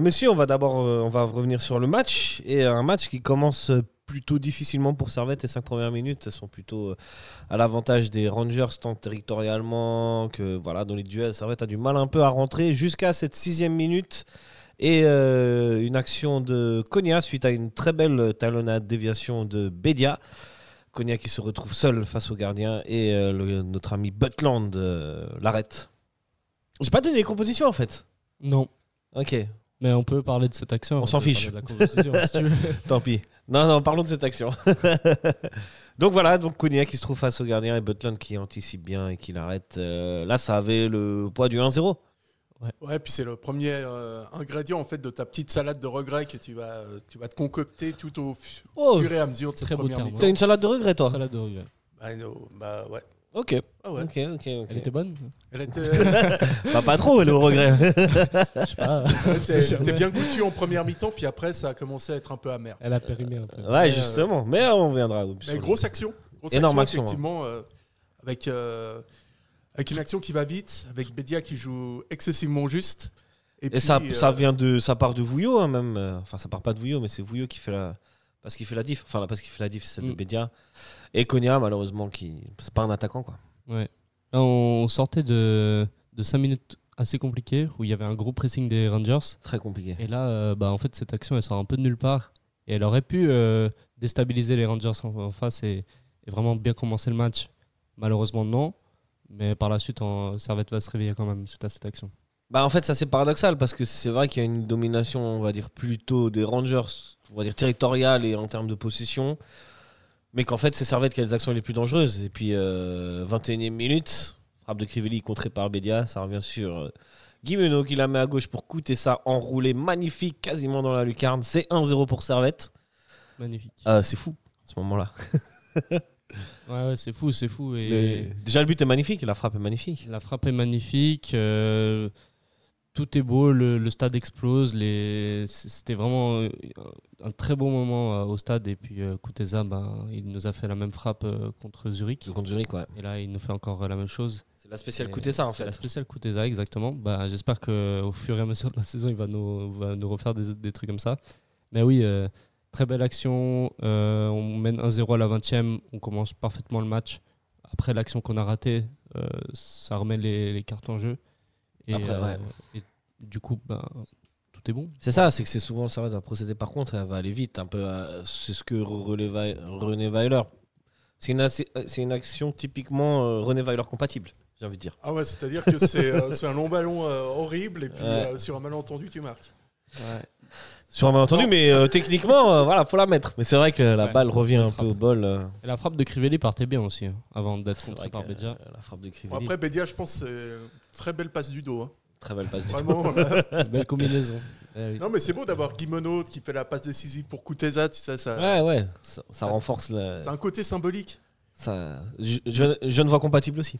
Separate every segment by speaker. Speaker 1: Monsieur, on va d'abord euh, on va revenir sur le match. Et un match qui commence plutôt difficilement pour Servette. Les cinq premières minutes, elles sont plutôt euh, à l'avantage des Rangers, tant territorialement que voilà, dans les duels, Servette a du mal un peu à rentrer jusqu'à cette sixième minute. Et euh, une action de Konya suite à une très belle talonnade déviation de Bedia. Konya qui se retrouve seul face au gardien et euh, le- notre ami Butland euh, l'arrête. J'ai pas donné les compositions en fait.
Speaker 2: Non,
Speaker 1: Ok,
Speaker 2: mais on peut parler de cette action.
Speaker 1: On s'en
Speaker 2: peut
Speaker 1: fiche.
Speaker 2: parler de la composition, si tu veux.
Speaker 1: Tant pis. Non, non, parlons de cette action. donc voilà, donc Cunha qui se trouve face au gardien et Butland qui anticipe bien et qui l'arrête. Euh, là, ça avait le poids du 1-0.
Speaker 3: Ouais, puis c'est le premier euh, ingrédient en fait de ta petite salade de regrets que tu vas, euh, tu vas te concocter tout au fu-
Speaker 1: Oh,
Speaker 3: fur et à mesure de cette
Speaker 2: Très beau
Speaker 3: première
Speaker 2: terme.
Speaker 1: t'as
Speaker 3: mi-temps.
Speaker 1: une salade de regret, toi
Speaker 2: Salade de regret.
Speaker 3: Bah, no, bah, ouais.
Speaker 1: Ok,
Speaker 3: Ah ouais.
Speaker 1: ok, ok. ok.
Speaker 2: Elle était bonne hein,
Speaker 3: Elle était, elle
Speaker 1: Bah, pas trop, elle est au regret.
Speaker 2: Je sais pas.
Speaker 3: était- elle était bien goûtue en première mi-temps, puis après ça a commencé à être un peu amer.
Speaker 2: Elle a périmé un peu.
Speaker 1: ouais, justement. Mais on reviendra. oui, sur
Speaker 3: Mais
Speaker 1: le-
Speaker 3: grosse action, grosse
Speaker 1: Énorme action,
Speaker 3: action, effectivement, euh, avec, euh, avec une action qui va vite, avec Bedia qui joue excessivement juste.
Speaker 1: Et, ça,
Speaker 3: puis,
Speaker 1: ça
Speaker 3: euh,
Speaker 1: vient de, ça part de Vouillot, hein, même. Euh, Enfin, ça part pas de Vouillot, mais c'est Vouillot qui fait la, parce qu'il fait la diff. Enfin, là, parce qu'il fait la diff, c'est celle de
Speaker 2: Mm.
Speaker 1: Bédia. Et Konya, malheureusement, qui, c'est pas un attaquant, quoi.
Speaker 2: Ouais. Là, On sortait de, de 5 minutes assez compliquées où il y avait un gros pressing des Rangers.
Speaker 1: Très compliqué.
Speaker 2: Et là, euh, bah, en fait, cette action, elle sort un peu de nulle part. Et elle aurait pu euh, déstabiliser les Rangers en, en face et, et vraiment bien commencer le match. Malheureusement, non. Mais par la suite, en- Servette va se réveiller quand même suite à cette action.
Speaker 1: Bah en fait ça c'est paradoxal parce que c'est vrai qu'il y a une domination on va dire plutôt des Rangers, on va dire territoriale et en termes de possession, mais qu'en fait c'est Servette qui a les actions les plus dangereuses. Et puis euh, 21e minute, frappe de Crivelli contrée par Bédia, ça revient sur euh, Guy Meneau qui la met à gauche pour coûter ça enroulé magnifique quasiment dans la lucarne. C'est 1-0 pour Servette.
Speaker 2: Magnifique.
Speaker 1: Euh, c'est fou à ce moment-là.
Speaker 2: Ouais, ouais, c'est fou, c'est fou. Et...
Speaker 1: Le- Déjà le but est magnifique, la frappe est magnifique.
Speaker 2: La frappe est magnifique. euh, tout est beau. Le, le stade explose. Les... c- C'était vraiment euh, un très bon moment euh, au stade. Et puis euh, Kuteza, ben, il nous a fait la même frappe euh, contre Zurich.
Speaker 1: Contre Zurich, ouais.
Speaker 2: Et là, il nous fait encore euh, la même chose.
Speaker 1: C'est la spéciale
Speaker 2: Et
Speaker 1: coûter ça en
Speaker 2: c'est La
Speaker 1: fait.
Speaker 2: spéciale Kuteza, exactement. Bah, J'espère qu'au fur et à mesure de la saison, il va nous, va nous refaire des, des trucs comme ça. Mais oui, euh, très belle action. Euh, on mène 1-0 à la 20e. On commence parfaitement le match. Après l'action qu'on a ratée, euh, ça remet les, les cartes en jeu. Et, euh,
Speaker 1: Après, ouais.
Speaker 2: et du coup, bah, tout est bon.
Speaker 1: C'est ça, c'est que c'est souvent Servette va procéder par contre, elle va aller vite un peu. euh, C'est ce que René Vai- René Weiler. C'est une, assez- euh, c'est une action typiquement euh, René Weiler compatible, j'ai envie de dire.
Speaker 3: Ah ouais, c'est-à-dire que c'est euh, c'est un long ballon euh, horrible, et puis
Speaker 1: Ouais.
Speaker 3: euh, sur un malentendu, tu marques.
Speaker 1: Sur un malentendu,
Speaker 3: Non.
Speaker 1: mais euh, techniquement, euh, voilà, faut la mettre. Mais c'est vrai que la
Speaker 2: Ouais,
Speaker 1: balle revient un
Speaker 2: frappe.
Speaker 1: peu au bol. euh,
Speaker 2: Et la frappe de Crivelli partait bien aussi, hein, avant d'être
Speaker 1: c'est
Speaker 2: contrée
Speaker 1: vrai
Speaker 2: par
Speaker 1: que, euh,
Speaker 2: Bedia.
Speaker 1: La frappe de
Speaker 3: Bon,
Speaker 1: Crivelli,
Speaker 3: après, Bedia, je pense, c'est une très belle passe du dos. hein.
Speaker 1: très belle passe du tout.
Speaker 3: Vraiment. là.
Speaker 2: Belle combinaison. Eh oui.
Speaker 3: non, mais c'est beau d'avoir Guimono qui fait la passe décisive pour Kuteza, tu sais, ça.
Speaker 1: Ouais, ouais, ça, ça renforce la.
Speaker 3: C'est un côté symbolique.
Speaker 1: Ça, je, je- Genevois compatible aussi.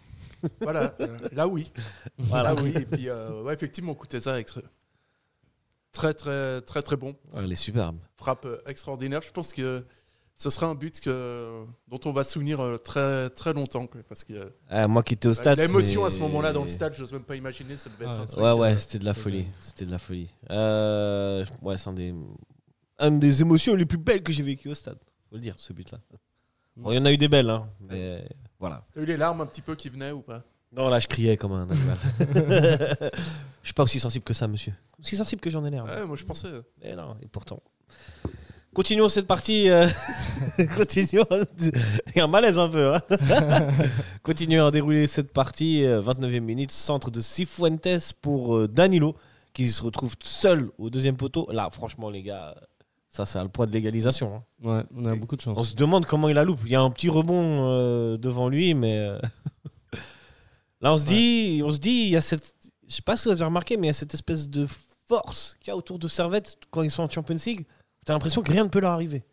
Speaker 3: Voilà, euh, là oui.
Speaker 1: Voilà.
Speaker 3: Là oui. Et puis, euh, ouais, effectivement, Kuteza, extra- très, très, très, très bon.
Speaker 1: Ouais, Elle est superbe.
Speaker 3: Frappe euh, extraordinaire. Je pense que ce sera un but que, dont on va se souvenir euh, très, très longtemps. quoi, Parce que euh,
Speaker 1: Ah, moi qui étais au stade.
Speaker 3: l'émotion à ce
Speaker 1: c'est-
Speaker 3: moment-là dans le stade, je n'ose même pas imaginer, ça devait être
Speaker 2: Ah,
Speaker 3: un truc.
Speaker 1: Ouais, ouais,
Speaker 3: euh,
Speaker 1: c'était de la
Speaker 2: c'est
Speaker 1: folie. C'était de la folie. Euh, ouais, c'est un des, une des émotions les plus belles que j'ai vécues au stade. Faut le dire, ce but-là. Bon, il y en a eu des belles, hein. Mais voilà.
Speaker 3: euh, T'as eu les larmes un petit peu qui venaient ou pas
Speaker 1: Non, là, je criais comme un animal. je suis pas aussi sensible que ça, monsieur. Aussi sensible que j'en ai l'air.
Speaker 3: Ouais, moi je pensais. euh,
Speaker 1: Et Eh non, et pourtant. Continuons cette partie. euh, Continuons. Il y a un malaise un peu. hein. Continuons à dérouler cette partie. euh, 29e minute, centre de Cifuentes pour euh, Danilo, qui se retrouve seul au deuxième poteau. Là, franchement, les gars, ça, ça a le point de l'égalisation. hein.
Speaker 2: Ouais, on a beaucoup de
Speaker 1: On
Speaker 2: chance.
Speaker 1: se demande comment il la loupe. Il y a un petit rebond euh, devant lui, mais. euh, Là, on se dit, on se dit, il y a cette. Je sais pas si vous avez remarqué, mais il y a cette espèce de force qu'il y a autour de Servette quand ils sont en Champions League. T'as l'impression que rien ne peut leur arriver.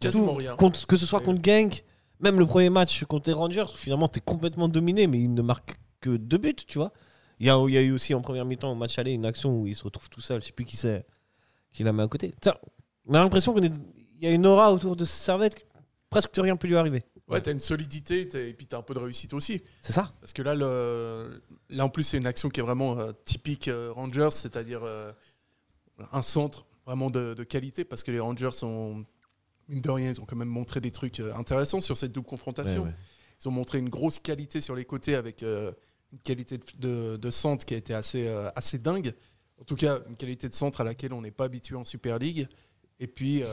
Speaker 3: Quasiment
Speaker 1: Tout-
Speaker 3: rien.
Speaker 1: contre- que ce soit contre Genk, même le premier match contre les Rangers, où finalement t'es complètement dominé, mais ils ne marquent que deux buts, tu vois. Il y, a, il y a eu aussi en première mi-temps au match aller une action où il se retrouve tout seul, je sais plus qui c'est, qui la met à côté. Tiens, on a l'impression qu'il y a une aura autour de Servette, que presque rien ne peut lui arriver.
Speaker 3: Ouais, t'as une solidité t'as- et puis t'as un peu de réussite aussi.
Speaker 1: C'est ça
Speaker 3: Parce que là, le- là en plus, c'est une action qui est vraiment euh, typique euh, Rangers, c'est-à-dire euh, un centre vraiment de, de qualité parce que les Rangers ont, mine de rien, ils ont quand même montré des trucs euh, intéressants sur cette double confrontation. Ils ont montré une grosse qualité sur les côtés avec euh, une qualité de, de- de centre qui a été assez, euh, assez dingue. En tout cas, une qualité de centre à laquelle on n'est pas habitué en Super League. Et puis, euh,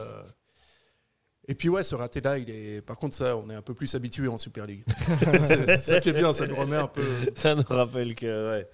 Speaker 3: et puis ouais, ce raté-là, il est. Par contre, ça, on est un peu plus habitué en Super League. c'est c'est ça qui est bien, ça nous remet un peu.
Speaker 1: Ça nous rappelle que. Ouais,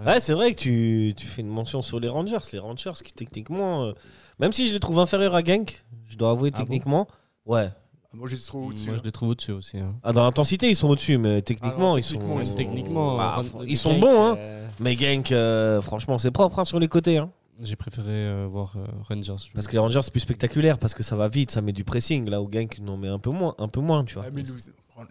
Speaker 2: Ouais.
Speaker 1: ouais. c'est vrai que tu, tu fais une mention sur les Rangers. Les Rangers qui, techniquement, euh, même si je les trouve inférieurs à Genk, je dois avouer,
Speaker 2: Ah bon
Speaker 1: techniquement, ouais.
Speaker 3: Moi, je les trouve au-dessus. hein.
Speaker 2: Moi, je les trouve au-dessus aussi. hein.
Speaker 1: Ah, dans l'intensité, ils sont au-dessus, mais techniquement,
Speaker 3: Ah non,
Speaker 1: ils sont.
Speaker 3: techniquement, ils sont-
Speaker 2: Techniquement,
Speaker 1: Bah,
Speaker 2: euh,
Speaker 1: fr-
Speaker 2: Van-
Speaker 1: ils sont
Speaker 2: Dijk,
Speaker 1: bons, hein.
Speaker 2: euh,
Speaker 1: Mais Genk, euh, franchement, c'est propre hein, sur les côtés. Hein.
Speaker 2: J'ai préféré euh, voir euh, Rangers. jouer.
Speaker 1: Parce que les Rangers, c'est plus spectaculaire, parce que ça va vite, ça met du pressing. Là où Genk, non, mais un peu moins, un peu moins tu vois.
Speaker 3: Ah, mais nous-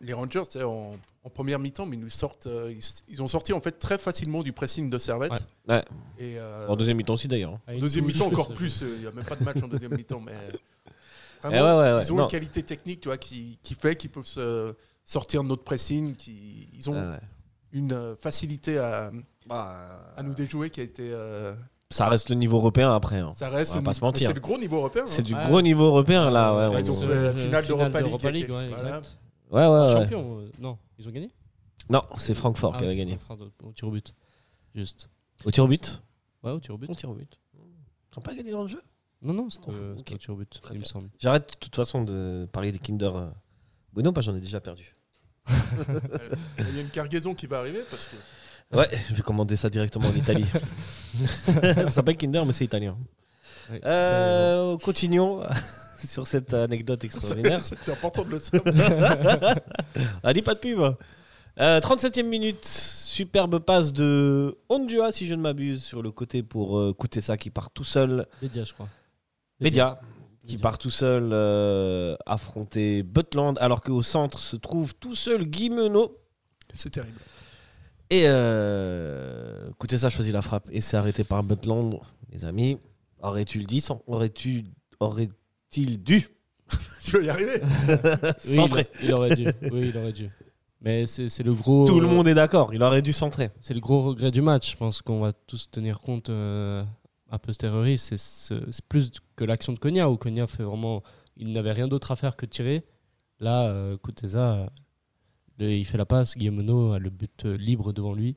Speaker 3: les Rangers, tu sais, en, en première mi-temps, mais ils nous sortent, euh, ils, ils ont sorti en fait très facilement du pressing de Servette.
Speaker 1: Ouais. Ouais.
Speaker 3: Et euh,
Speaker 1: En deuxième mi-temps aussi, d'ailleurs. hein.
Speaker 2: Ah,
Speaker 3: en
Speaker 2: il
Speaker 3: deuxième
Speaker 2: touche,
Speaker 3: mi-temps encore
Speaker 2: ce-
Speaker 3: plus. euh, Il n'y a même pas de match en deuxième mi-temps, mais euh,
Speaker 1: Eh ouais, ouais, ouais,
Speaker 3: ils ont
Speaker 1: non.
Speaker 3: une qualité technique, tu vois, qui, qui fait qu'ils peuvent se sortir de notre pressing. Qui, ils ont
Speaker 1: Ah ouais.
Speaker 3: une euh, facilité à, bah, à nous déjouer qui a été. euh,
Speaker 1: Ça reste le niveau européen après. hein.
Speaker 3: ça reste.
Speaker 1: On va
Speaker 3: une-
Speaker 1: pas se mentir.
Speaker 3: C'est le gros niveau européen.
Speaker 1: C'est
Speaker 3: hein.
Speaker 1: du
Speaker 2: Ouais.
Speaker 1: gros niveau européen, là.
Speaker 2: Ah,
Speaker 1: Ouais,
Speaker 3: ils
Speaker 1: on-
Speaker 3: ont fait la finale d'Europa League, il y a quelques-
Speaker 2: ouais,
Speaker 3: voilà.
Speaker 2: exact.
Speaker 1: ouais, ouais, ouais.
Speaker 2: Champion, euh, non, ils ont gagné
Speaker 1: Non, c'est Francfort
Speaker 2: Ah,
Speaker 1: qui
Speaker 2: ouais,
Speaker 1: avait
Speaker 2: c'est
Speaker 1: gagné.
Speaker 2: Francfort Au au tir au but. Juste.
Speaker 1: Au tir au but
Speaker 2: Ouais, au tir au but.
Speaker 1: Au tir au but. Ils n'ont pas gagné dans le jeu
Speaker 2: Non, non, c'était
Speaker 1: Oh,
Speaker 2: euh, c'était
Speaker 1: ok.
Speaker 2: au tir au but,
Speaker 1: Très
Speaker 2: il me
Speaker 1: bien.
Speaker 2: semble.
Speaker 1: J'arrête de toute façon de parler des Kinder euh, Bueno parce que j'en ai déjà perdu.
Speaker 3: Il y a une cargaison qui va arriver parce que.
Speaker 1: Ouais, je vais commander ça directement en Italie. ça s'appelle Kinder, mais c'est italien.
Speaker 2: Ouais.
Speaker 1: Euh, continuons sur cette anecdote extraordinaire.
Speaker 3: C'est important de le savoir.
Speaker 1: Ah, dis pas de pub. Euh, 37e minute, superbe passe de Ondua, si je ne m'abuse, sur le côté pour euh, Kutesa qui part tout seul.
Speaker 2: Bédia, je crois.
Speaker 1: Média, qui
Speaker 2: Bédia.
Speaker 1: part tout seul euh, affronter Butland, alors qu'au centre se trouve tout seul Guimeneau.
Speaker 3: C'est terrible.
Speaker 1: Et euh, Kutesa choisit la frappe et c'est arrêté par Butland, les amis. Aurais-tu le dit sans- Aurais-tu aurait-il dû
Speaker 3: Tu vas y arriver.
Speaker 2: Oui,
Speaker 1: centrer
Speaker 2: Il, il aurait dû. Oui, il aurait dû. Mais c'est c'est le gros.
Speaker 1: Tout le
Speaker 2: euh,
Speaker 1: monde est d'accord, il aurait dû centrer.
Speaker 2: C'est le gros regret du match. Je pense qu'on va tous tenir compte euh, a posteriori. C'est ce- c'est plus que l'action de Konya où Konya fait vraiment. Il n'avait rien d'autre à faire que de tirer. Là, euh, Kuteza, euh, le- il fait la passe. Guillemono a le but euh, libre devant lui.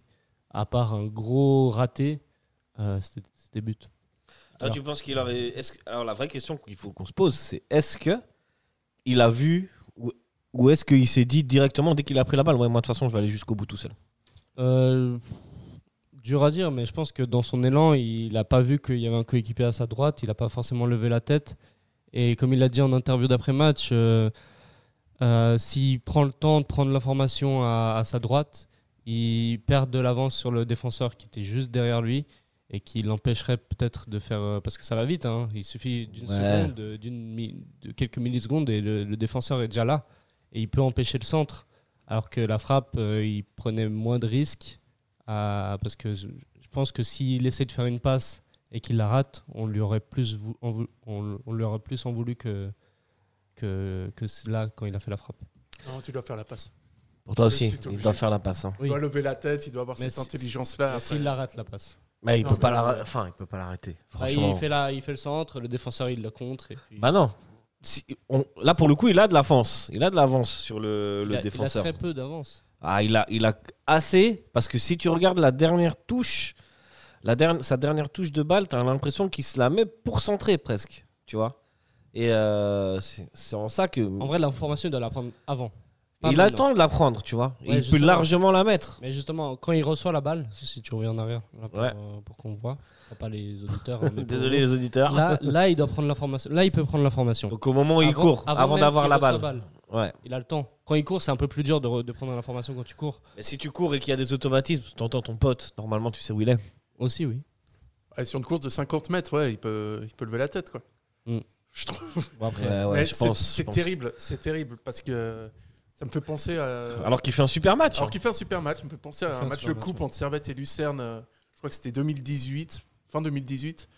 Speaker 2: À part un gros raté, euh, c'était c'était but.
Speaker 1: Toi, Ah,
Speaker 2: Alors.
Speaker 1: tu penses qu'il aurait. est-ce que- Alors, la vraie question qu'il faut qu'on se pose, c'est est-ce que il a vu ou, ou est-ce qu'il s'est dit directement dès qu'il a pris la balle Ouais, moi, de toute façon, je vais aller jusqu'au bout tout seul.
Speaker 2: Euh, dur à dire, mais je pense que dans son élan, il n'a pas vu qu'il y avait un coéquipier à sa droite, il n'a pas forcément levé la tête. Et comme il l'a dit en interview d'après-match, euh, euh, s'il prend le temps de prendre l'information à, à sa droite, il perd de l'avance sur le défenseur qui était juste derrière lui et qui l'empêcherait peut-être de faire... euh, parce que ça va vite, hein, il suffit d'une
Speaker 1: Ouais.
Speaker 2: seconde, de- d'une mi- de quelques millisecondes, et le- le défenseur est déjà là et il peut empêcher le centre. Alors que la frappe, euh, il prenait moins de risques à- parce que je je pense que s'il essaie de faire une passe et qu'il la rate, on lui aurait plus, vou- en vou- on, on lui aurait plus en voulu que, que, que là quand il a fait la frappe.
Speaker 3: Non, tu dois faire la passe.
Speaker 1: Pour toi
Speaker 3: Le
Speaker 1: aussi,
Speaker 3: petit
Speaker 1: il
Speaker 3: obligé.
Speaker 1: doit faire la passe. hein.
Speaker 3: Il
Speaker 2: Oui.
Speaker 3: doit lever la tête, il doit avoir
Speaker 2: Mais
Speaker 3: cette
Speaker 2: si-
Speaker 3: intelligence-là.
Speaker 2: S'il la rate, la passe.
Speaker 1: Mais il
Speaker 3: Non,
Speaker 1: peut
Speaker 3: mais
Speaker 1: pas
Speaker 3: non, Ah,
Speaker 1: la...
Speaker 3: mais-
Speaker 1: enfin, il peut pas l'arrêter.
Speaker 2: Bah,
Speaker 1: franchement.
Speaker 2: il, fait la, il fait le centre, le défenseur il le contre. Et puis-
Speaker 1: Bah non. Si- on- Là, pour le coup, il a de l'avance. Il a de l'avance sur le,
Speaker 2: il,
Speaker 1: le
Speaker 2: a, il a
Speaker 1: défenseur.
Speaker 2: très peu d'avance.
Speaker 1: Ah, il a, il a assez, parce que si tu regardes la dernière touche, la dernière, sa dernière touche de balle, t'as l'impression qu'il se la met pour centrer presque, tu vois. Et euh, c'est c'est en ça que...
Speaker 2: En vrai, l'information il doit la prendre avant. Pas
Speaker 1: il
Speaker 2: maintenant.
Speaker 1: attend de la prendre, tu vois. il
Speaker 2: Ouais,
Speaker 1: peut
Speaker 2: justement.
Speaker 1: largement la mettre.
Speaker 2: Mais justement, quand il reçoit la balle, si tu reviens en arrière là, pour,
Speaker 1: Ouais.
Speaker 2: euh, pour qu'on voit, Enfin, pas les auditeurs. hein, mais pour
Speaker 1: Désolé
Speaker 2: nous.
Speaker 1: les auditeurs.
Speaker 2: Là, là, il doit prendre l'information. Là, il peut prendre l'information.
Speaker 1: Donc au moment où il
Speaker 2: Avant-
Speaker 1: court, avant,
Speaker 2: même
Speaker 1: d'avoir
Speaker 2: qu'il
Speaker 1: la
Speaker 2: reçoit
Speaker 1: balle. Ouais.
Speaker 2: Il a le temps. Quand il court, c'est un peu plus dur de, re- de prendre l'information quand tu cours.
Speaker 1: Mais si tu cours et qu'il y a des automatismes, t'entends ton pote, normalement tu sais où il est.
Speaker 2: Aussi, oui.
Speaker 3: Ouais, sur une course de 50 mètres, ouais, il peut, il peut lever la tête, quoi.
Speaker 2: Mm.
Speaker 3: Je trouve.
Speaker 2: Bon, après,
Speaker 1: Ouais, ouais,
Speaker 3: Mais
Speaker 1: je
Speaker 3: c'est-
Speaker 1: pense. je
Speaker 3: c'est
Speaker 1: pense.
Speaker 3: terrible, c'est terrible parce que ça me fait penser à. Alors,
Speaker 1: Alors qu'il fait un super match. hein.
Speaker 3: qu'il fait un super match, ça me fait penser
Speaker 2: Il
Speaker 3: à
Speaker 2: fait
Speaker 3: un
Speaker 2: un
Speaker 3: match
Speaker 2: super
Speaker 3: de
Speaker 2: match,
Speaker 3: coupe
Speaker 2: ouais.
Speaker 3: entre Servette et Lucerne. euh, Je crois que c'était 2018, fin 2018,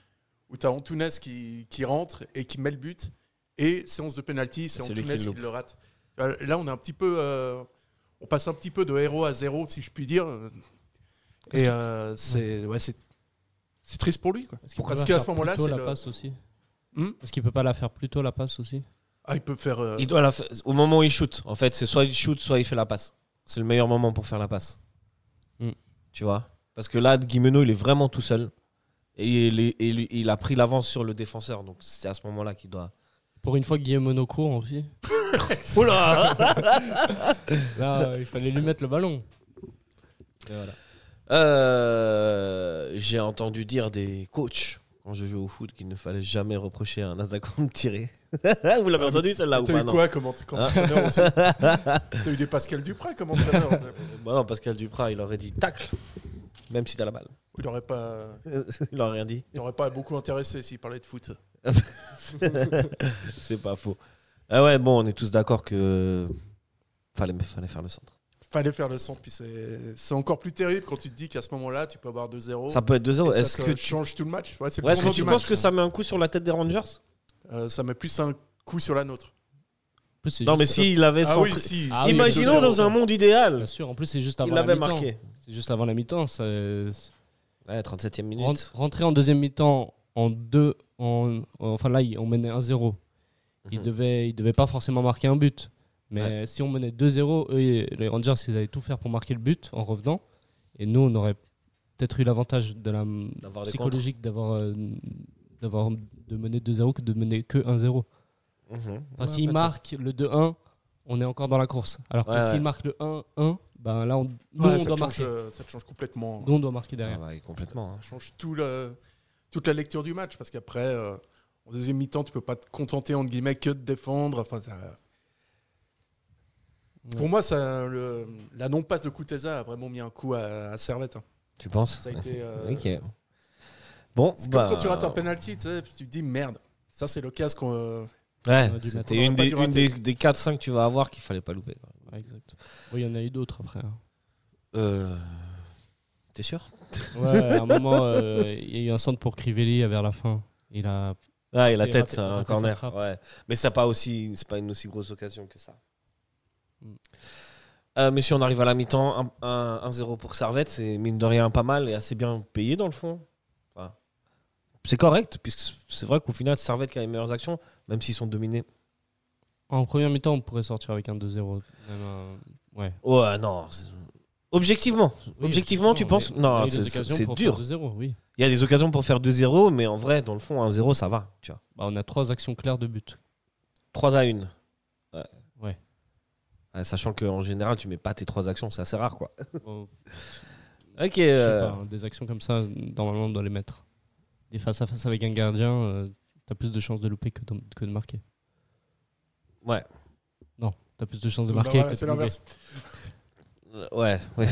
Speaker 3: où t'as Antunes qui, qui rentre et qui met le but et séance de penalty, c'est
Speaker 1: C'est
Speaker 3: Antunes
Speaker 1: lui qui
Speaker 3: qui,
Speaker 1: le loupe.
Speaker 3: le rate. Euh, Là, on est un petit peu, euh, on passe un petit peu de héros à zéro, si je puis dire. Et euh, c'est, ouais, c'est, C'est triste pour lui. Quoi.
Speaker 2: Est-ce qu'il peut
Speaker 3: Parce
Speaker 2: pas
Speaker 3: qu'à
Speaker 2: faire
Speaker 3: ce moment-là,
Speaker 2: plus tôt
Speaker 3: c'est
Speaker 2: la
Speaker 3: le-
Speaker 2: passe aussi.
Speaker 3: Hmm
Speaker 2: Est-ce qu'il peut pas la faire plus tôt la passe aussi
Speaker 3: Ah, il peut faire. euh,
Speaker 1: Il doit la fa- Au moment où il shoot, en fait, c'est soit il shoot, soit il fait la passe. C'est le meilleur moment pour faire la passe.
Speaker 2: Mm.
Speaker 1: Tu vois Parce que là, Guimeno, il est vraiment tout seul. Et il, est- et il- il a pris l'avance sur le défenseur. Donc c'est à ce moment-là qu'il doit.
Speaker 2: Pour une fois, Guillaume Mono court aussi.
Speaker 1: Oula
Speaker 2: Là, euh, il fallait lui mettre le ballon.
Speaker 1: Euh, J'ai entendu dire des coachs quand je jouais au foot qu'il ne fallait jamais reprocher à un attaquant de tirer. Vous l'avez entendu celle-là ou Hein
Speaker 3: Ah, T'as
Speaker 1: pas
Speaker 3: eu
Speaker 1: non
Speaker 3: quoi comme, ent- comme entraîneur aussi T'as eu des Pascal Dupré comme entraîneur
Speaker 1: Bah non, Pascal Duprat, il aurait dit tacle, même si t'as la balle.
Speaker 3: Il aurait pas,
Speaker 1: il aurait rien dit.
Speaker 3: il aurait pas beaucoup intéressé s'il parlait de foot.
Speaker 1: C'est pas faux. Ah ouais, bon, on est tous d'accord que fallait, fallait faire le centre.
Speaker 3: Fallait faire le centre, puis c'est c'est encore plus terrible quand tu te dis qu'à ce moment-là, tu peux avoir 2-0.
Speaker 1: Ça peut être 2-0.
Speaker 3: Oh. et
Speaker 1: Est-ce
Speaker 3: ça
Speaker 1: que
Speaker 3: te
Speaker 1: tu,
Speaker 3: change tout le match Ouais, c'est
Speaker 1: Ouais,
Speaker 3: le
Speaker 1: est-ce que
Speaker 3: tournant
Speaker 1: tu
Speaker 3: du
Speaker 1: penses
Speaker 3: match.
Speaker 1: que ça met un coup sur la tête des Rangers
Speaker 3: Euh, ça met plus un coup sur la nôtre.
Speaker 2: En plus, c'est
Speaker 1: Non, mais
Speaker 2: juste-
Speaker 1: s'il avait
Speaker 3: Ah
Speaker 1: centré-
Speaker 3: oui, si.
Speaker 2: Ah
Speaker 3: si,
Speaker 2: oui,
Speaker 1: Imaginons
Speaker 3: 2-0.
Speaker 1: dans un monde
Speaker 2: Bien
Speaker 1: idéal,
Speaker 2: sûr, en plus, c'est juste avant
Speaker 1: il
Speaker 2: la
Speaker 1: avait
Speaker 2: mi-temps.
Speaker 1: marqué.
Speaker 2: C'est juste avant la mi-temps. ça-
Speaker 1: Ouais, 37 e minute.
Speaker 2: Rent- Rentrer en deuxième mi-temps en deux. En... Enfin, là, il- on menait 1-0. Il
Speaker 1: Mhm.
Speaker 2: devait, il devait pas forcément marquer un but. Mais si on menait 2-0, eux, et les Rangers, ils allaient tout faire pour marquer le but en revenant. Et nous, on aurait peut-être eu l'avantage de la
Speaker 1: D'avoir des
Speaker 2: psychologique d'avoir euh, d'avoir de mener 2-0 que de mener que 1-0.
Speaker 1: Mhm.
Speaker 2: Enfin, s'il
Speaker 1: peut-être.
Speaker 2: marque le 2-1, on est encore dans la course. Alors que
Speaker 1: Ouais,
Speaker 2: s'il
Speaker 1: ouais.
Speaker 2: marque le 1-1, ben là, on, nous,
Speaker 3: Ouais,
Speaker 2: on doit
Speaker 3: ça, te change,
Speaker 2: marquer.
Speaker 3: euh, ça te change complètement.
Speaker 2: Nous, on doit marquer
Speaker 1: Ah
Speaker 2: derrière.
Speaker 1: ouais, complètement. hein.
Speaker 3: Ça change tout le- toute la lecture du match parce qu'après, euh, en deuxième mi-temps, tu peux pas te contenter entre guillemets que de défendre. Enfin, ça- Pour moi, ça, le- la non-passe de Kuteza a vraiment mis un coup à, à Servette. hein.
Speaker 1: Tu penses
Speaker 3: Ça a été. euh,
Speaker 1: Ok. Bon,
Speaker 3: C'est
Speaker 1: bah,
Speaker 3: comme quand tu rates un penalty, tu sais, puis tu te dis merde. Ça, c'est l'occasion qu'on. euh,
Speaker 1: Ouais,
Speaker 2: On a dû
Speaker 1: c'était
Speaker 2: mettre-
Speaker 1: une,
Speaker 3: on a pas
Speaker 1: des,
Speaker 3: dû
Speaker 1: une
Speaker 3: rater.
Speaker 1: des, 4-5 que tu vas avoir qu'il fallait pas louper. quoi.
Speaker 2: Ouais, exact. Oui, Il y en a eu d'autres après. hein.
Speaker 1: Euh, T'es sûr
Speaker 2: Ouais, à un moment, euh, il y a eu un centre pour Crivelli vers la fin. Il a...
Speaker 1: Ouais, Ah, et la
Speaker 2: T'es
Speaker 1: tête,
Speaker 2: raté-
Speaker 1: c'est un
Speaker 2: raté sa
Speaker 1: corner.
Speaker 2: frappe.
Speaker 1: Ouais. Mais ça pas aussi, c'est pas une aussi grosse occasion que ça.
Speaker 2: Mm.
Speaker 1: Euh, mais si on arrive à la mi-temps, un- un- 1-0 pour Servette, c'est mine de rien pas mal et assez bien payé dans le fond. Enfin, c'est correct, puisque c'est vrai qu'au final, Servette qui a les meilleures actions, même s'ils sont dominés.
Speaker 2: En première mi-temps, on pourrait sortir avec un 2-0. même un- Ouais.
Speaker 1: Ouais, non. c'est- Objectivement,
Speaker 2: Oui,
Speaker 1: Objectivement, tu
Speaker 2: on a-
Speaker 1: penses-
Speaker 2: on a
Speaker 1: Non,
Speaker 2: eu des
Speaker 1: c'est-
Speaker 2: occasions
Speaker 1: c'est
Speaker 2: pour
Speaker 1: dur.
Speaker 2: faire 2-0, oui.
Speaker 1: il y a des occasions pour faire 2-0, mais en vrai, dans le fond, 1-0, ça va. Tu vois.
Speaker 2: Bah, on a trois actions claires de but.
Speaker 1: 3 à 1. Ouais.
Speaker 2: Ouais.
Speaker 1: Ouais, sachant qu'en général, tu mets pas tes 3 actions, c'est assez rare quoi.
Speaker 2: Oh,
Speaker 1: Ok.
Speaker 2: je sais
Speaker 1: euh,
Speaker 2: pas, hein, des actions comme ça, normalement, on doit les mettre. Des face-à-face avec un gardien, euh, t'as plus de chances de louper que de, que de marquer.
Speaker 1: Ouais.
Speaker 2: Non, t'as plus de chances de
Speaker 3: bah
Speaker 2: marquer
Speaker 3: voilà,
Speaker 2: que
Speaker 3: c'est
Speaker 2: de louper.
Speaker 3: l'inverse.
Speaker 1: Euh, Ouais, ouais.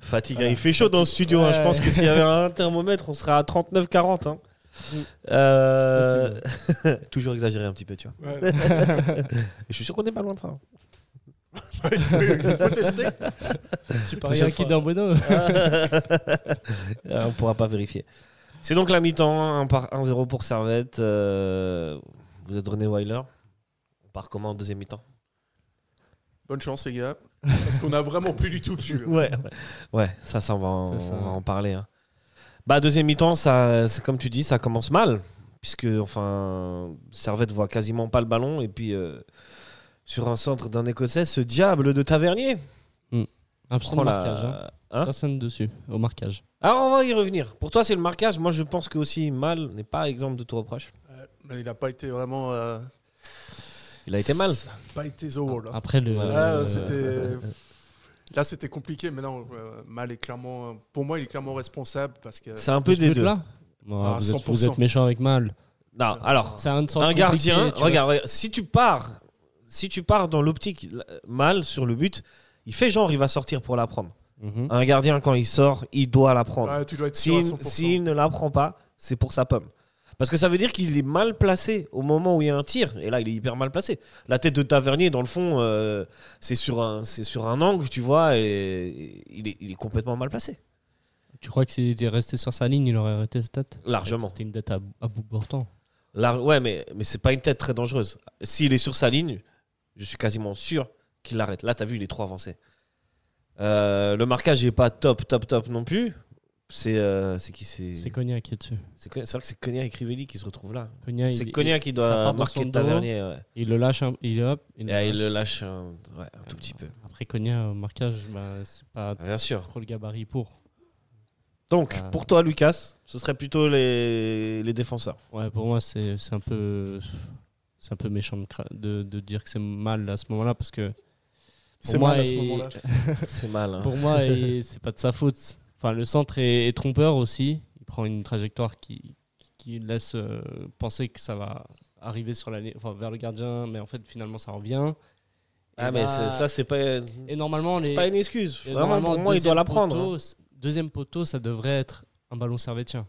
Speaker 1: Fatigue, hein. il fait chaud
Speaker 2: Fatigue.
Speaker 1: dans le studio. hein. Je
Speaker 2: Ouais.
Speaker 1: pense que s'il y avait un thermomètre, on serait à 39-40. hein.
Speaker 2: Mm.
Speaker 1: Euh, Toujours exagéré un petit peu, tu vois.
Speaker 3: Ouais.
Speaker 1: Et je suis sûr qu'on n'est pas loin de ça. hein.
Speaker 3: il, faut, il faut tester.
Speaker 2: Tu
Speaker 1: paries
Speaker 2: paries
Speaker 1: un
Speaker 2: un
Speaker 1: kid
Speaker 2: kid en bueno
Speaker 1: Euh, on pourra pas vérifier. C'est donc la mi-temps, 1 par 1-0 pour Servette. Euh, Vous êtes René Weiler. On part comment en deuxième mi-temps
Speaker 3: Bonne chance, les gars. Parce qu'on a vraiment plus du tout de jus.
Speaker 1: Ouais, ouais, ça, ça, on va en,
Speaker 2: C'est ça.
Speaker 1: on va en parler. hein. Bah, deuxième mi-temps, ça, c'est comme tu dis, ça commence mal. Puisque, enfin, Servette voit quasiment pas le ballon. Et puis, euh, sur un centre d'un Écossais, ce diable de Tavernier.
Speaker 2: Absent
Speaker 1: prend
Speaker 2: de
Speaker 1: la-
Speaker 2: marquage. hein.
Speaker 1: hein
Speaker 2: Personne dessus, au marquage.
Speaker 1: Alors, on va y revenir. Pour toi, c'est le marquage. Moi, je pense que aussi Mal n'est pas exemple de tout reproche.
Speaker 3: Euh, mais il a pas été vraiment. euh,
Speaker 1: Il a été mal.
Speaker 3: Pas été the wall. hein.
Speaker 2: Après le.
Speaker 3: Là,
Speaker 2: euh,
Speaker 3: c'était. Là, c'était compliqué, mais non, euh, Mal est clairement. Pour moi, il est clairement responsable parce
Speaker 2: euh,
Speaker 3: que.
Speaker 1: C'est un peu
Speaker 2: le
Speaker 1: des
Speaker 2: but
Speaker 1: deux.
Speaker 2: là Non,
Speaker 3: Ah,
Speaker 2: vous, êtes, vous
Speaker 3: 100%.
Speaker 2: êtes méchant avec Mal.
Speaker 1: Non, alors,
Speaker 2: C'est un, centre
Speaker 1: un gardien,
Speaker 2: compliqué, tu vois,
Speaker 1: regarde, regarde, si tu pars, si tu pars dans l'optique là, mal sur le but, il fait genre il va sortir pour la prendre.
Speaker 2: c'est- Mhm.
Speaker 1: Un gardien quand il sort, il doit la prendre.
Speaker 3: Ouais, ah, tu dois être sûr à
Speaker 1: S'il
Speaker 3: 100%.
Speaker 1: s'il ne la prend pas, c'est pour sa pomme. Parce que ça veut dire qu'il est mal placé au moment où il y a un tir. Et là, il est hyper mal placé. La tête de Tavernier, dans le fond, euh, c'est sur, un- c'est sur un angle, tu vois, et, et il, est, il est complètement mal placé.
Speaker 2: Tu crois que s'il était resté sur sa ligne, il aurait arrêté cette tête
Speaker 1: Largement.
Speaker 2: C'était une tête à, à bout portant.
Speaker 1: Là, ouais, mais, mais c'est pas une tête très dangereuse. S'il est sur sa ligne, je suis quasiment sûr qu'il l'arrête. Là, t'as vu, il est trop avancé. Euh, le marquage n'est pas top, top, top non plus. C'est euh, c'est qui C'est
Speaker 2: C'est Cognac qui est dessus.
Speaker 1: c'est Cogna- c'est vrai que c'est Cognac et Crivelli qui se retrouvent là.
Speaker 2: Cognac,
Speaker 1: C'est
Speaker 2: il-
Speaker 1: Cognac qui
Speaker 2: ça
Speaker 1: doit
Speaker 2: part dans son
Speaker 1: marquer le
Speaker 2: dos.
Speaker 1: tavernier. ouais.
Speaker 2: Il, il le lâche, un- il, hop, il
Speaker 1: Et, ah, il le lâche
Speaker 2: lâche.
Speaker 1: un, ouais, un tout petit peu.
Speaker 2: Après Cognac au marquage, bah, c'est pas
Speaker 1: Ah, Bien sûr.
Speaker 2: trop le gabarit pour.
Speaker 1: Donc,
Speaker 2: Ah.
Speaker 1: pour toi, Lucas, ce serait plutôt les, les défenseurs.
Speaker 2: Ouais, pour moi, c'est c'est un peu. C'est un peu méchant de, cra- de- de dire que c'est mal à ce moment-là parce que
Speaker 3: C'est
Speaker 2: moi,
Speaker 3: mal à ce
Speaker 2: il-
Speaker 3: moment-là.
Speaker 1: C'est mal. hein.
Speaker 2: pour moi il- c'est pas de sa faute. Enfin le centre est, est trompeur aussi. Il prend une trajectoire qui, qui- qui laisse euh, penser que ça va arriver sur la, ligne- enfin, vers le gardien, mais en fait finalement ça revient.
Speaker 1: Ah,
Speaker 2: Et
Speaker 1: mais
Speaker 2: bah,
Speaker 1: c'est- ça, c'est pas,
Speaker 2: et normalement
Speaker 1: c'est
Speaker 2: les
Speaker 1: pas une excuse.
Speaker 2: et
Speaker 1: Vraiment, pour
Speaker 2: normalement,
Speaker 1: moi, il doit hein.
Speaker 2: deuxième
Speaker 1: la prendre.
Speaker 2: poteau, c- Deuxième poteau, ça devrait être un ballon servetien.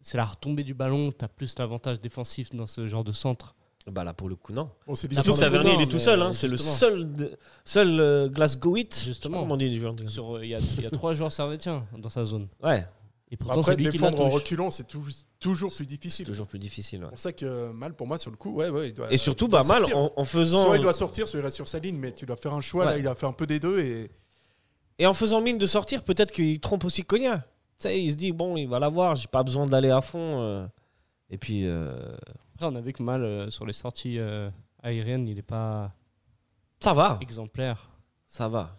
Speaker 2: C'est la retombée du ballon, tu as plus l'avantage défensif dans ce genre de centre.
Speaker 1: Bah là, pour le coup, non.
Speaker 3: Bon, c'est
Speaker 2: Là,
Speaker 1: Surtout que
Speaker 2: Ah, pour
Speaker 3: difficile.
Speaker 2: le coup,
Speaker 1: Savernier, il
Speaker 2: non,
Speaker 1: est tout
Speaker 2: mais
Speaker 1: seul. hein. C'est le
Speaker 2: justement.
Speaker 1: seul, de- seul euh, Glasgowite. Je sais pas
Speaker 2: Justement.
Speaker 1: comment on dit, du genre de-
Speaker 2: Sur- euh, Il y, a- il y a trois joueurs servetiens dans sa zone.
Speaker 1: Ouais,
Speaker 2: Et pourtant,
Speaker 3: Après,
Speaker 2: c'est lui qui la
Speaker 3: défendre en
Speaker 2: touche.
Speaker 3: reculant, c'est tou- toujours plus
Speaker 1: c'est
Speaker 3: difficile. C'est
Speaker 1: toujours plus difficile. ouais.
Speaker 3: pour ça que Mal, pour moi, sur le coup, ouais, ouais, il doit.
Speaker 1: Et surtout,
Speaker 3: il doit
Speaker 1: bah, mal,
Speaker 3: sortir.
Speaker 1: en, en faisant.
Speaker 3: Soit il doit sortir, soit il reste sur sa ligne, mais tu dois faire un choix.
Speaker 1: Ouais.
Speaker 3: Là, il a fait un peu des deux et
Speaker 1: Et en faisant mine de sortir, peut-être qu'il trompe aussi Cognac. Tu sais, il se dit, bon, il va l'avoir, j'ai pas besoin d'aller à fond. euh. Et puis, euh,
Speaker 2: Après, on a vu que Mal, euh, sur les sorties euh, aériennes, il n'est pas
Speaker 1: ça va,
Speaker 2: exemplaire.
Speaker 1: ça va.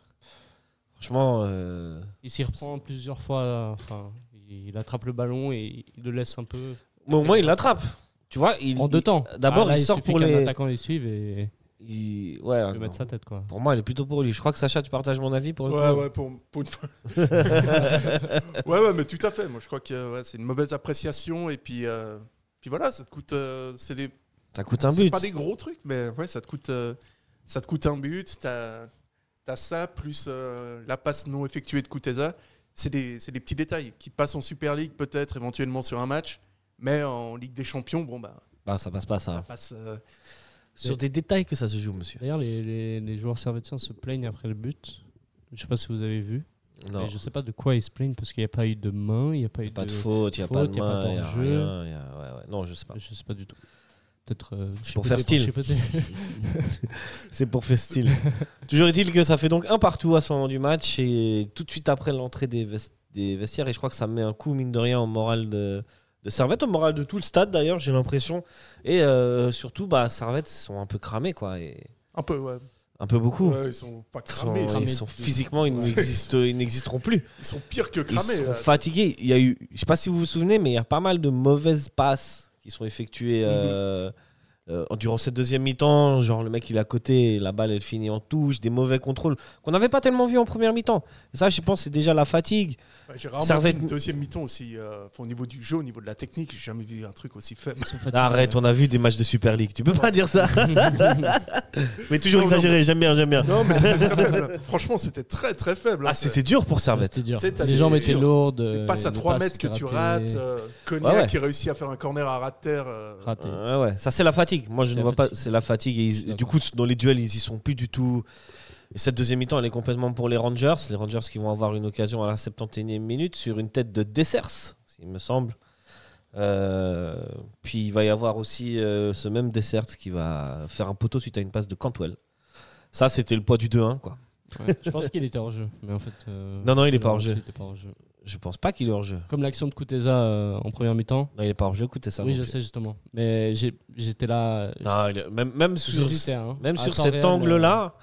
Speaker 1: Franchement, euh,
Speaker 2: Il s'y reprend plusieurs fois. euh, Enfin, il attrape le ballon et il le laisse un peu.
Speaker 1: mais au moins, il l'attrape. Tu vois, il.
Speaker 2: En deux
Speaker 1: il-
Speaker 2: temps.
Speaker 1: d'abord,
Speaker 2: Ah, là,
Speaker 1: il sort
Speaker 2: suffit
Speaker 1: pour
Speaker 2: qu'un
Speaker 1: les-
Speaker 2: attaquant les suive et
Speaker 1: il- ouais,
Speaker 2: lui
Speaker 1: non.
Speaker 2: mettre sa tête. quoi.
Speaker 1: Pour moi, elle est plutôt pour lui. Je crois que Sacha, tu partages mon avis pour le
Speaker 3: ouais,
Speaker 1: coup.
Speaker 3: ouais, pour, pour une fois. ouais, ouais, mais tout à fait. Moi, je crois que ouais, c'est une mauvaise appréciation et puis, euh, puis voilà, ça te coûte. euh, c'est des
Speaker 1: Ça coûte un
Speaker 3: C'est
Speaker 1: but.
Speaker 3: pas des gros trucs, mais ouais, ça te coûte, euh, ça te coûte un but. T'as as ça, plus euh, la passe non effectuée de Kuteza. C'est des, c'est des petits détails qui passent en Super League, peut-être éventuellement sur un match, mais en Ligue des Champions, bon, bah,
Speaker 1: Bah, ça passe pas,
Speaker 3: ça
Speaker 1: ça.
Speaker 3: passe. euh,
Speaker 1: Sur des détails que ça se joue, monsieur.
Speaker 2: D'ailleurs, les, les- les joueurs servetiens se plaignent après le but. Je sais pas si vous avez vu.
Speaker 1: Non.
Speaker 2: Mais je sais pas de quoi ils se plaignent parce qu'il n'y a pas eu de main, il n'y a pas eu
Speaker 1: Pas de
Speaker 2: de.
Speaker 1: faute, il n'y a pas
Speaker 2: faute,
Speaker 1: de
Speaker 2: y a pas
Speaker 1: main, il a
Speaker 2: d'enjeu.
Speaker 1: rien. y a- ouais, ouais. Non, je sais pas.
Speaker 2: Je sais pas du tout. Peut-être. euh,
Speaker 1: pour
Speaker 2: chipoter,
Speaker 1: faire style.
Speaker 2: chipoter.
Speaker 1: C'est pour faire style. Toujours est-il que ça fait donc un partout à ce moment du match et tout de suite après l'entrée des, ves- des vestiaires. Et je crois que ça met un coup, mine de rien, au moral de, de Servette, au moral de tout le stade d'ailleurs, j'ai l'impression. Et euh, surtout, bah, Servette ils sont un peu cramés, quoi. Et
Speaker 3: un peu, ouais.
Speaker 1: un peu beaucoup.
Speaker 3: Ouais, Ils sont pas
Speaker 1: Ils sont,
Speaker 3: cramés, ils sont,
Speaker 1: ils sont physiquement, ils
Speaker 2: Ouais.
Speaker 1: n'existent- ils n'existeront plus.
Speaker 3: ils sont pires que
Speaker 1: Ils
Speaker 3: cramés. euh.
Speaker 1: sont
Speaker 3: là.
Speaker 1: fatigués. Il y a eu, je sais pas si vous vous souvenez, mais il y a pas mal de mauvaises passes qui sont effectuées euh,
Speaker 3: Mhm.
Speaker 1: euh, durant cette deuxième mi-temps. Genre le mec il est à côté, et la balle elle finit en touche, des mauvais contrôles qu'on n'avait pas tellement vu en première mi-temps. Et ça, je pense, c'est déjà la fatigue.
Speaker 3: Ouais, J'ai rarement
Speaker 1: Servette-
Speaker 3: vu une deuxième mi-temps aussi. euh, enfin, au niveau du jeu, au niveau de la technique, j'ai jamais vu un truc aussi faible.
Speaker 1: Arrête, on a vu des matchs de Super League. Tu peux pas dire ça. mais toujours
Speaker 3: Non, non,
Speaker 1: exagéré. J'aime bien, j'aime bien.
Speaker 3: Non, mais c'était très faible. Franchement, c'était très très faible. hein.
Speaker 1: Ah, c'était dur pour Servette.
Speaker 2: C'était dur.
Speaker 3: Tu sais, t'as
Speaker 2: Les
Speaker 3: des-
Speaker 2: jambes étaient
Speaker 3: dur.
Speaker 2: lourdes.
Speaker 3: Les
Speaker 2: euh,
Speaker 3: passes à
Speaker 2: les
Speaker 3: 3
Speaker 2: passes
Speaker 3: mètres que tu rates,
Speaker 2: ratées,
Speaker 3: euh, Cognac
Speaker 1: Ouais, ouais.
Speaker 3: qui réussit à faire un corner à ras de terre. euh,
Speaker 2: ratées.
Speaker 1: Ouais, ouais. Ça, c'est la fatigue. Moi, je
Speaker 2: C'est
Speaker 1: ne
Speaker 2: la
Speaker 1: vois pas.
Speaker 2: fatigue.
Speaker 1: C'est la fatigue. Et ils-
Speaker 2: suis d'accord.
Speaker 1: du coup, dans les duels, ils y sont plus du tout. Et cette deuxième mi-temps, elle est complètement pour les Rangers. Les Rangers qui vont avoir une occasion à la 71e minute sur une tête de Dessers, il me semble. Euh, puis il va y avoir aussi euh, ce même Dessers qui va faire un poteau suite à une passe de Cantwell. Ça, c'était le poids du 2-1, quoi.
Speaker 2: Ouais, je pense qu'il était hors jeu, mais en fait. euh,
Speaker 1: Non, non, il est pas
Speaker 2: finalement,
Speaker 1: hors jeu.
Speaker 2: il était pas hors jeu.
Speaker 1: Je pense pas qu'il est hors jeu.
Speaker 2: Comme l'action de Kuteza euh, en première mi-temps.
Speaker 1: Non, il est pas hors jeu. Écoutez ça.
Speaker 2: Oui,
Speaker 1: non
Speaker 2: je
Speaker 1: plus.
Speaker 2: sais justement, mais j'ai- j'étais là.
Speaker 1: Non, il est- même, même sur,
Speaker 2: j'hésitais, hein.
Speaker 1: même
Speaker 2: À
Speaker 1: sur
Speaker 2: temps
Speaker 1: cet
Speaker 2: réel, euh,
Speaker 1: angle-là,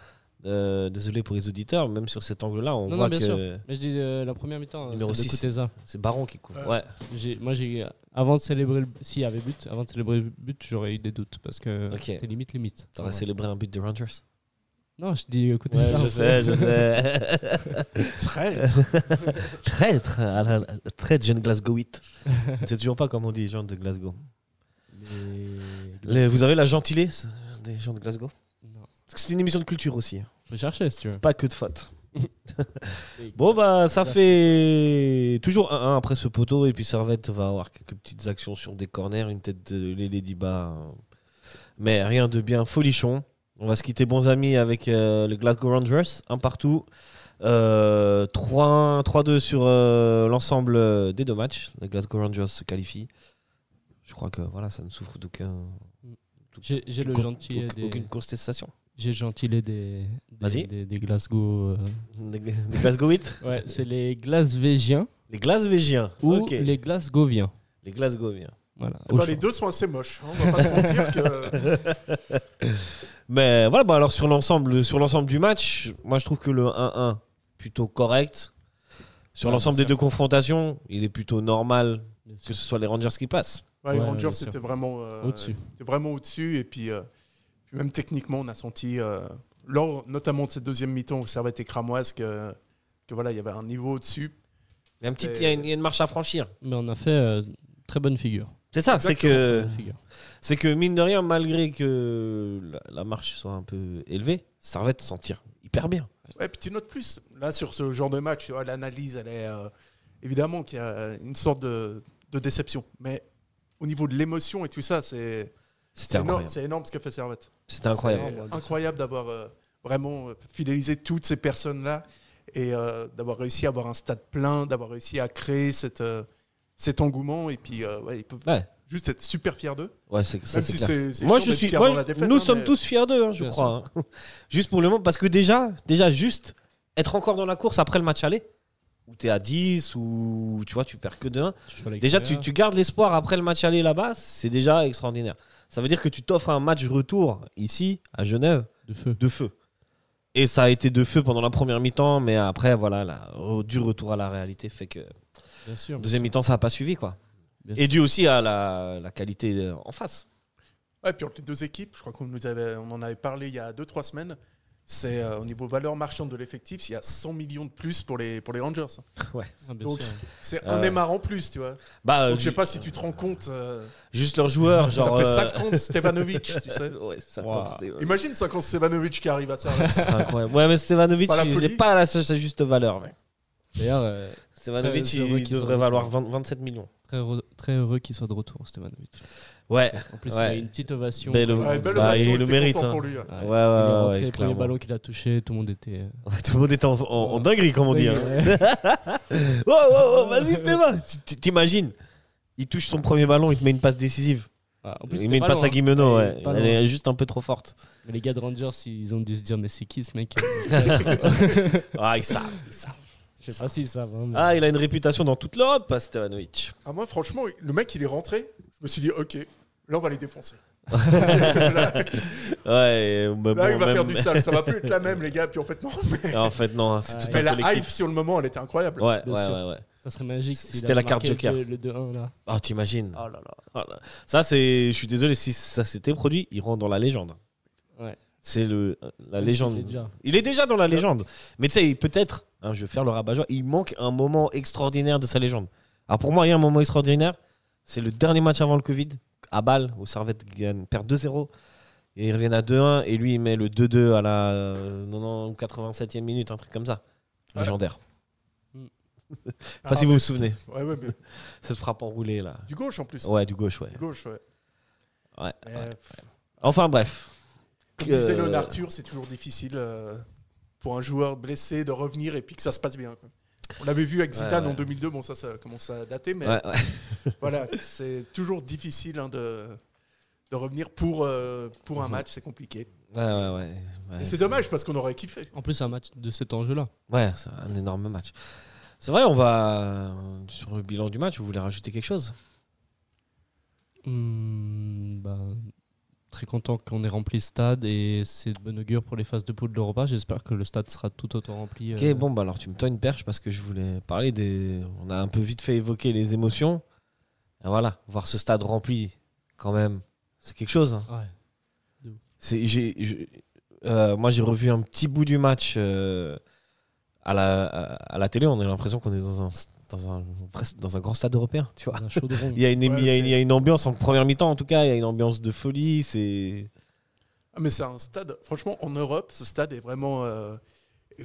Speaker 1: euh, désolé pour les auditeurs, même sur cet angle-là, on
Speaker 2: Non, non,
Speaker 1: voit
Speaker 2: bien
Speaker 1: que.
Speaker 2: sûr. Mais je dis euh, la première mi-temps, euh,
Speaker 1: Numéro
Speaker 2: celle de
Speaker 1: six.
Speaker 2: Kuteza.
Speaker 1: C'est Baron qui couvre.
Speaker 3: Euh,
Speaker 1: Ouais.
Speaker 2: J'ai- Moi, j'ai avant de célébrer le s'il y avait but, avant de célébrer le but, j'aurais eu des doutes parce que
Speaker 1: Ok.
Speaker 2: c'était limite limite.
Speaker 1: T'aurais célébré un but de Rangers.
Speaker 2: Non, je dis euh,
Speaker 1: Ouais,
Speaker 2: Kuteza.
Speaker 1: je sais, je sais.
Speaker 3: Traître.
Speaker 1: traître, à la- traître, jeune Glasgowite. Je ne sais toujours pas comment on dit les gens de Glasgow.
Speaker 2: Mais-
Speaker 1: Les- vous avez la gentilesse des gens de Glasgow
Speaker 2: Non.
Speaker 1: Parce que c'est une émission de culture aussi, hein.
Speaker 2: Faut chercher si tu veux.
Speaker 1: pas que de faute. Bon, bah, ça fait toujours 1-1 après ce poteau. Et puis Servette va avoir quelques petites actions sur des corners, une tête de Lélé Diba. hein. Mais rien de bien folichon. On va se quitter, bons amis, avec euh, le Glasgow Rangers, un partout. Euh, 3-1, 3-2 sur euh, l'ensemble euh, des deux matchs. Les Glasgow Rangers se qualifient. Je crois que voilà, ça ne souffre d'aucun.
Speaker 2: J'ai j'ai le
Speaker 1: d'aucun-
Speaker 2: gentil
Speaker 1: d'aucun-
Speaker 2: des,
Speaker 1: Aucune contestation.
Speaker 2: J'ai gentilé des, des,
Speaker 1: Vas-y.
Speaker 2: des, des Glasgow. euh,
Speaker 1: Des des Glasgowites
Speaker 2: Ouais, c'est les Glasvégiens
Speaker 1: Les Glasvégiens.
Speaker 2: ou
Speaker 1: Ok. Les,
Speaker 2: les Glasgowiens.
Speaker 1: Glasgowiens.
Speaker 2: Voilà.
Speaker 3: Eh ben, les deux sont assez moches. hein, on va pas se mentir que
Speaker 1: Mais voilà, bah alors sur l'ensemble sur l'ensemble du match, moi je trouve que le 1-1 plutôt correct. Sur
Speaker 2: Ouais,
Speaker 1: l'ensemble
Speaker 2: bien
Speaker 1: des
Speaker 2: sûr.
Speaker 1: deux confrontations, il est plutôt normal
Speaker 2: Bien sûr.
Speaker 1: que ce soit les Rangers qui passent.
Speaker 3: ouais, les
Speaker 2: Ouais,
Speaker 3: Rangers
Speaker 2: bien sûr.
Speaker 3: c'était vraiment euh,
Speaker 2: Au-dessus.
Speaker 3: c'était vraiment au-dessus et puis, euh, puis même techniquement on a senti euh, lors notamment de cette deuxième mi-temps où Servette et Cramoise que, que voilà il y avait un niveau au-dessus.
Speaker 1: Il y a, un petit, il y a une, il y a une marche à franchir.
Speaker 2: Mais on a fait euh, très bonne figure.
Speaker 1: C'est ça, c'est
Speaker 3: Exactement.
Speaker 2: Très
Speaker 1: que,
Speaker 2: bonne figure.
Speaker 1: c'est que mine de rien, malgré que la, la marche soit un peu élevée, Servette s'en tire hyper bien.
Speaker 3: Ouais, puis tu notes plus là sur ce genre de match, tu vois, l'analyse elle est euh, évidemment qu'il y a une sorte de, de déception, mais au niveau de l'émotion et tout ça c'est
Speaker 1: C'était
Speaker 3: c'est énorme,
Speaker 1: incroyable.
Speaker 3: c'est énorme ce qu'a fait Servette.
Speaker 1: C'était incroyable.
Speaker 3: C'est incroyable d'avoir euh, vraiment euh, fidélisé toutes ces personnes-là et euh, d'avoir réussi à avoir un stade plein, d'avoir réussi à créer cette, euh, cet engouement. Et puis, euh, ouais, ils peuvent
Speaker 1: Ouais,
Speaker 3: juste être super fiers d'eux.
Speaker 1: ouais, c'est ça, c'est
Speaker 3: Même si
Speaker 1: clair.
Speaker 3: c'est c'est
Speaker 1: Moi,
Speaker 3: chiant
Speaker 1: je
Speaker 3: d'être
Speaker 1: suis.
Speaker 3: fier
Speaker 1: moi,
Speaker 3: dans la défaite,
Speaker 1: nous
Speaker 3: hein,
Speaker 1: sommes
Speaker 3: mais-
Speaker 1: tous fiers d'eux, hein, je
Speaker 2: Bien
Speaker 1: crois. hein. juste pour le moment, parce que déjà, déjà juste être encore dans la course après le match aller, où t'es à 10 ou tu vois, tu perds que 2-1.
Speaker 2: Je suis à
Speaker 1: Déjà, tu,
Speaker 2: l'extérieur.
Speaker 1: tu gardes l'espoir après le match aller là-bas, c'est déjà extraordinaire. Ça veut dire que tu t'offres un match retour ici à Genève
Speaker 2: de feu.
Speaker 1: de feu. Et ça a été de feu pendant la première mi-temps, mais après, voilà, la, re- du retour à la réalité fait que
Speaker 2: Bien sûr.
Speaker 1: deuxième mi-temps, ça n'a pas suivi, quoi.
Speaker 2: Bien
Speaker 1: Et dû aussi à la, la qualité euh, en face.
Speaker 3: Ouais, puis entre les deux équipes, je crois qu'on nous avait, on en avait parlé il y a 2-3 semaines. C'est euh, au niveau valeur marchande de l'effectif, il y a 100 millions de plus pour les, pour les Rangers.
Speaker 2: Ah, bien
Speaker 3: Donc,
Speaker 2: sûr.
Speaker 3: C'est
Speaker 1: Ah
Speaker 3: un
Speaker 1: ouais.
Speaker 3: démarre en plus, tu vois.
Speaker 1: Bah, euh,
Speaker 3: Donc, je sais
Speaker 1: ju-
Speaker 3: pas si tu te rends compte. euh,
Speaker 1: juste leurs joueurs, genre.
Speaker 3: ça fait
Speaker 1: euh,
Speaker 3: 50 Stevanovic, tu sais.
Speaker 1: ouais, 50,
Speaker 2: Waouh.
Speaker 1: c'était- ouais.
Speaker 3: Imagine 50 Stevanovic qui arrive à ça.
Speaker 1: C'est incroyable. Ouais, mais Stevanovic,
Speaker 3: Pas la
Speaker 1: il n'est
Speaker 3: folie.
Speaker 1: pas à la sa sa juste valeur. mec.
Speaker 2: D'ailleurs, euh,
Speaker 1: Stevanovic,
Speaker 2: c'est vrai
Speaker 1: il
Speaker 2: qu'ils ont
Speaker 1: devrait
Speaker 2: un
Speaker 1: valoir
Speaker 2: retour.
Speaker 1: 20 27 millions.
Speaker 2: très heureux, très heureux qu'il soit de retour, Stevanovic.
Speaker 1: Ouais,
Speaker 2: En plus,
Speaker 1: Ouais.
Speaker 2: il a eu une petite ovation.
Speaker 1: Belle
Speaker 2: Euh,
Speaker 1: ovation.
Speaker 3: Ouais, belle
Speaker 1: Bah,
Speaker 3: ovation,
Speaker 1: il
Speaker 3: était
Speaker 1: le mérite,
Speaker 3: content
Speaker 1: hein.
Speaker 3: pour lui. hein.
Speaker 1: ouais, ouais,
Speaker 2: il est
Speaker 1: ouais,
Speaker 2: rentré, le premier
Speaker 1: clairement.
Speaker 2: ballon qu'il a touché, tout le monde était. euh,
Speaker 1: tout le monde était en, en- en dinguerie, comme on dit. hein.
Speaker 2: Ouais.
Speaker 1: Oh, oh, oh, vas-y, Stéphane Tu- tu- T'imagines Il touche son premier ballon, il te met une passe décisive.
Speaker 2: Ah, en plus,
Speaker 1: il
Speaker 2: c'était
Speaker 1: met une
Speaker 2: pas
Speaker 1: passe
Speaker 2: loin,
Speaker 1: à
Speaker 2: hein.
Speaker 1: Guimeno,
Speaker 2: Ouais,
Speaker 1: ouais.
Speaker 2: pas
Speaker 1: Elle
Speaker 2: loin.
Speaker 1: est juste un peu trop forte.
Speaker 2: Mais les gars de Rangers, ils ont dû se dire, mais c'est qui ce mec euh,
Speaker 1: Ah, il savent, ils savent.
Speaker 2: Je sais pas s'ils savent. hein, mais-
Speaker 1: Ah, il a une réputation dans toute l'Europe, pas Stevanovic.
Speaker 3: Ah, moi, franchement, le mec, il est rentré. Je me suis dit, OK, là, on va les défoncer. là,
Speaker 1: Ouais, et- mais
Speaker 3: là, il
Speaker 1: bon,
Speaker 3: va
Speaker 1: même-
Speaker 3: faire du sale. Ça va plus être la même, les gars. Puis en fait, non. Mais,
Speaker 1: En fait, non, hein, c'est
Speaker 2: Ah,
Speaker 1: tout
Speaker 3: mais
Speaker 1: un
Speaker 3: la
Speaker 1: collectif.
Speaker 3: hype sur le moment, elle était incroyable.
Speaker 1: Ouais, ouais,
Speaker 2: Bien sûr.
Speaker 1: ouais, ouais.
Speaker 2: Ça serait magique. s'il
Speaker 1: C'était
Speaker 2: avait
Speaker 1: la carte
Speaker 2: marqué
Speaker 1: joker.
Speaker 2: Le, le 2-1, là.
Speaker 1: Oh, t'imagines
Speaker 2: Oh là là.
Speaker 1: Oh là. Ça, c'est. Je suis désolé, si ça s'était produit, il rentre dans la légende.
Speaker 2: Ouais.
Speaker 1: C'est le la
Speaker 2: Même si
Speaker 1: légende.
Speaker 2: c'est déjà-
Speaker 1: Il est déjà dans la légende. Mais tu sais, peut-être, hein, je vais faire le rabat-joie, il manque un moment extraordinaire de sa légende. Alors pour moi, il y a un moment extraordinaire. C'est le dernier match avant le Covid, à Bâle, où Servette gagne, perd 2-0. Et ils reviennent à 2-1. Et lui, il met le 2-2 à la euh, 90 ou 87e minute, un truc comme ça.
Speaker 3: Ouais.
Speaker 1: Légendaire.
Speaker 2: Hmm.
Speaker 3: Ah,
Speaker 1: Pas si vous
Speaker 3: mais-
Speaker 1: vous souvenez.
Speaker 3: Ouais, ouais, mais
Speaker 1: Cette frappe enroulée, là.
Speaker 3: du gauche en plus.
Speaker 1: Ouais, du gauche, ouais.
Speaker 3: Du gauche, ouais.
Speaker 1: Ouais,
Speaker 3: Mais,
Speaker 1: ouais.
Speaker 3: pff,
Speaker 1: Enfin, bref.
Speaker 3: Comme
Speaker 1: Euh,
Speaker 3: disait Léon Arthur, c'est toujours difficile euh, pour un joueur blessé de revenir et puis que ça se passe bien. quoi. On l'avait vu avec
Speaker 1: Ouais,
Speaker 3: Zidane
Speaker 1: ouais.
Speaker 3: en 2002. Bon, ça, ça commence à dater, mais
Speaker 1: Ouais, ouais.
Speaker 3: voilà, c'est toujours difficile hein, de, de revenir pour, euh, pour un
Speaker 1: Mhm.
Speaker 3: match. C'est compliqué.
Speaker 1: Ouais, ouais, ouais. Ouais,
Speaker 3: Et c'est dommage parce qu'on aurait kiffé.
Speaker 2: En plus, un match de cet enjeu-là.
Speaker 1: Ouais, c'est un énorme match. C'est vrai, on va. euh, Sur le bilan du match, vous voulez rajouter quelque chose
Speaker 2: Hmm, bah, très content qu'on ait rempli le stade et c'est de bon augure pour les phases de poule de l'Europa. J'espère que le stade sera tout autant rempli.
Speaker 1: Ok,
Speaker 2: euh,
Speaker 1: bon, bah alors tu me tends une perche parce que je voulais parler des. On a un peu vite fait évoquer les émotions. Et voilà, voir ce stade rempli, quand même, c'est quelque chose. hein.
Speaker 2: ouais.
Speaker 1: C'est, j'ai, je- euh, moi, j'ai revu un petit bout du match euh, à, la, à, à la télé. On a l'impression qu'on est dans un, dans, un, vrai- dans un grand stade européen, tu vois.
Speaker 2: dans un chaudron.
Speaker 1: Il y, a une,
Speaker 3: Ouais,
Speaker 1: il y a une-
Speaker 3: c'est-
Speaker 1: il y a une ambiance en première mi-temps, en tout cas, il y a une ambiance de folie. C'est
Speaker 3: Ah, mais c'est un stade, franchement, en Europe, ce stade est vraiment, euh, est,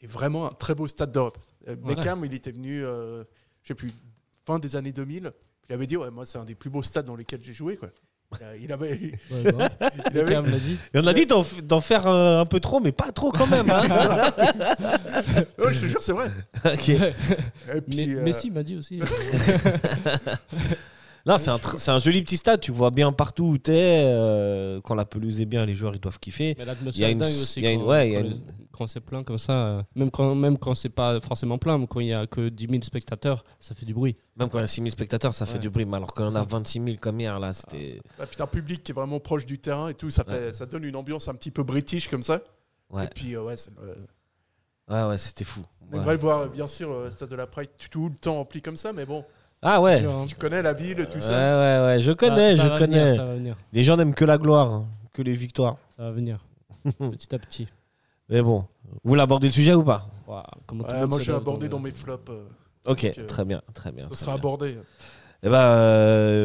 Speaker 3: est vraiment un très beau stade d'Europe. Euh,
Speaker 1: Voilà.
Speaker 3: Beckham, il était venu, euh, je sais plus, fin des années 2000. Il avait dit, ouais, moi, c'est un des plus beaux stades dans lesquels j'ai joué. Quoi. Euh, Il avait, il
Speaker 2: Ouais, bah,
Speaker 3: avait-
Speaker 2: Lucas me l'a dit.
Speaker 1: Et on a dit d'en f- d'en faire euh, un peu trop, mais pas trop quand même. hein.
Speaker 3: Ouais, je te jure, c'est vrai.
Speaker 1: Ok.
Speaker 2: Ouais.
Speaker 1: euh,
Speaker 3: Et puis,
Speaker 2: Mais-
Speaker 3: euh,
Speaker 2: Messi m'a dit aussi.
Speaker 1: Non, c'est un, tr- c'est un joli petit stade, tu vois bien partout où t'es. euh, quand la pelouse est bien, les joueurs ils doivent kiffer.
Speaker 2: Mais
Speaker 1: Il y a
Speaker 2: l'atmosphère est
Speaker 1: une-
Speaker 2: dingue aussi.
Speaker 1: il y a une-
Speaker 2: quand,
Speaker 1: ouais, il y a
Speaker 2: quand
Speaker 1: une-
Speaker 2: les- quand c'est plein comme ça, euh, même quand, même quand c'est pas forcément plein, mais quand il y a que 10 000 spectateurs, ça fait du bruit.
Speaker 1: Même quand il y a 6000 spectateurs, ça fait
Speaker 2: Ouais.
Speaker 1: du bruit, mais alors qu'on
Speaker 2: C'est
Speaker 1: en a
Speaker 2: ça.
Speaker 1: 26 000 comme hier, là, c'était.
Speaker 3: Ah, puis t'as un public qui est vraiment proche du terrain et tout, ça, fait, ça donne une ambiance un petit peu british comme ça.
Speaker 1: Ouais,
Speaker 3: Et puis, euh, ouais, c'est le-
Speaker 1: ouais, ouais, c'était fou.
Speaker 3: on
Speaker 1: Ouais.
Speaker 3: aimerait le voir, euh, bien sûr, le stade de la Pride tout le temps rempli comme ça, mais bon,
Speaker 1: Ah ouais.
Speaker 2: Dur, hein.
Speaker 3: tu connais la ville, tout
Speaker 1: Ouais,
Speaker 3: ça.
Speaker 1: ouais, ouais, je connais,
Speaker 2: Ça- ça
Speaker 1: je
Speaker 2: va
Speaker 1: connais.
Speaker 2: venir, ça va venir,
Speaker 1: Les gens n'aiment que la gloire, hein, que les victoires.
Speaker 2: ça va venir. petit à petit.
Speaker 1: Mais bon, vous l'abordez le sujet ou pas
Speaker 2: Ouah, comment tout
Speaker 3: Ouais,
Speaker 2: le monde
Speaker 3: moi,
Speaker 2: se
Speaker 3: j'ai
Speaker 2: lève
Speaker 3: abordé
Speaker 2: le-
Speaker 3: dans mes flops. euh,
Speaker 1: Ok,
Speaker 3: euh,
Speaker 1: Ah, très bien, très bien.
Speaker 3: ça
Speaker 1: très
Speaker 3: sera hein.
Speaker 1: bien.
Speaker 3: abordé.
Speaker 1: Eh ben, euh,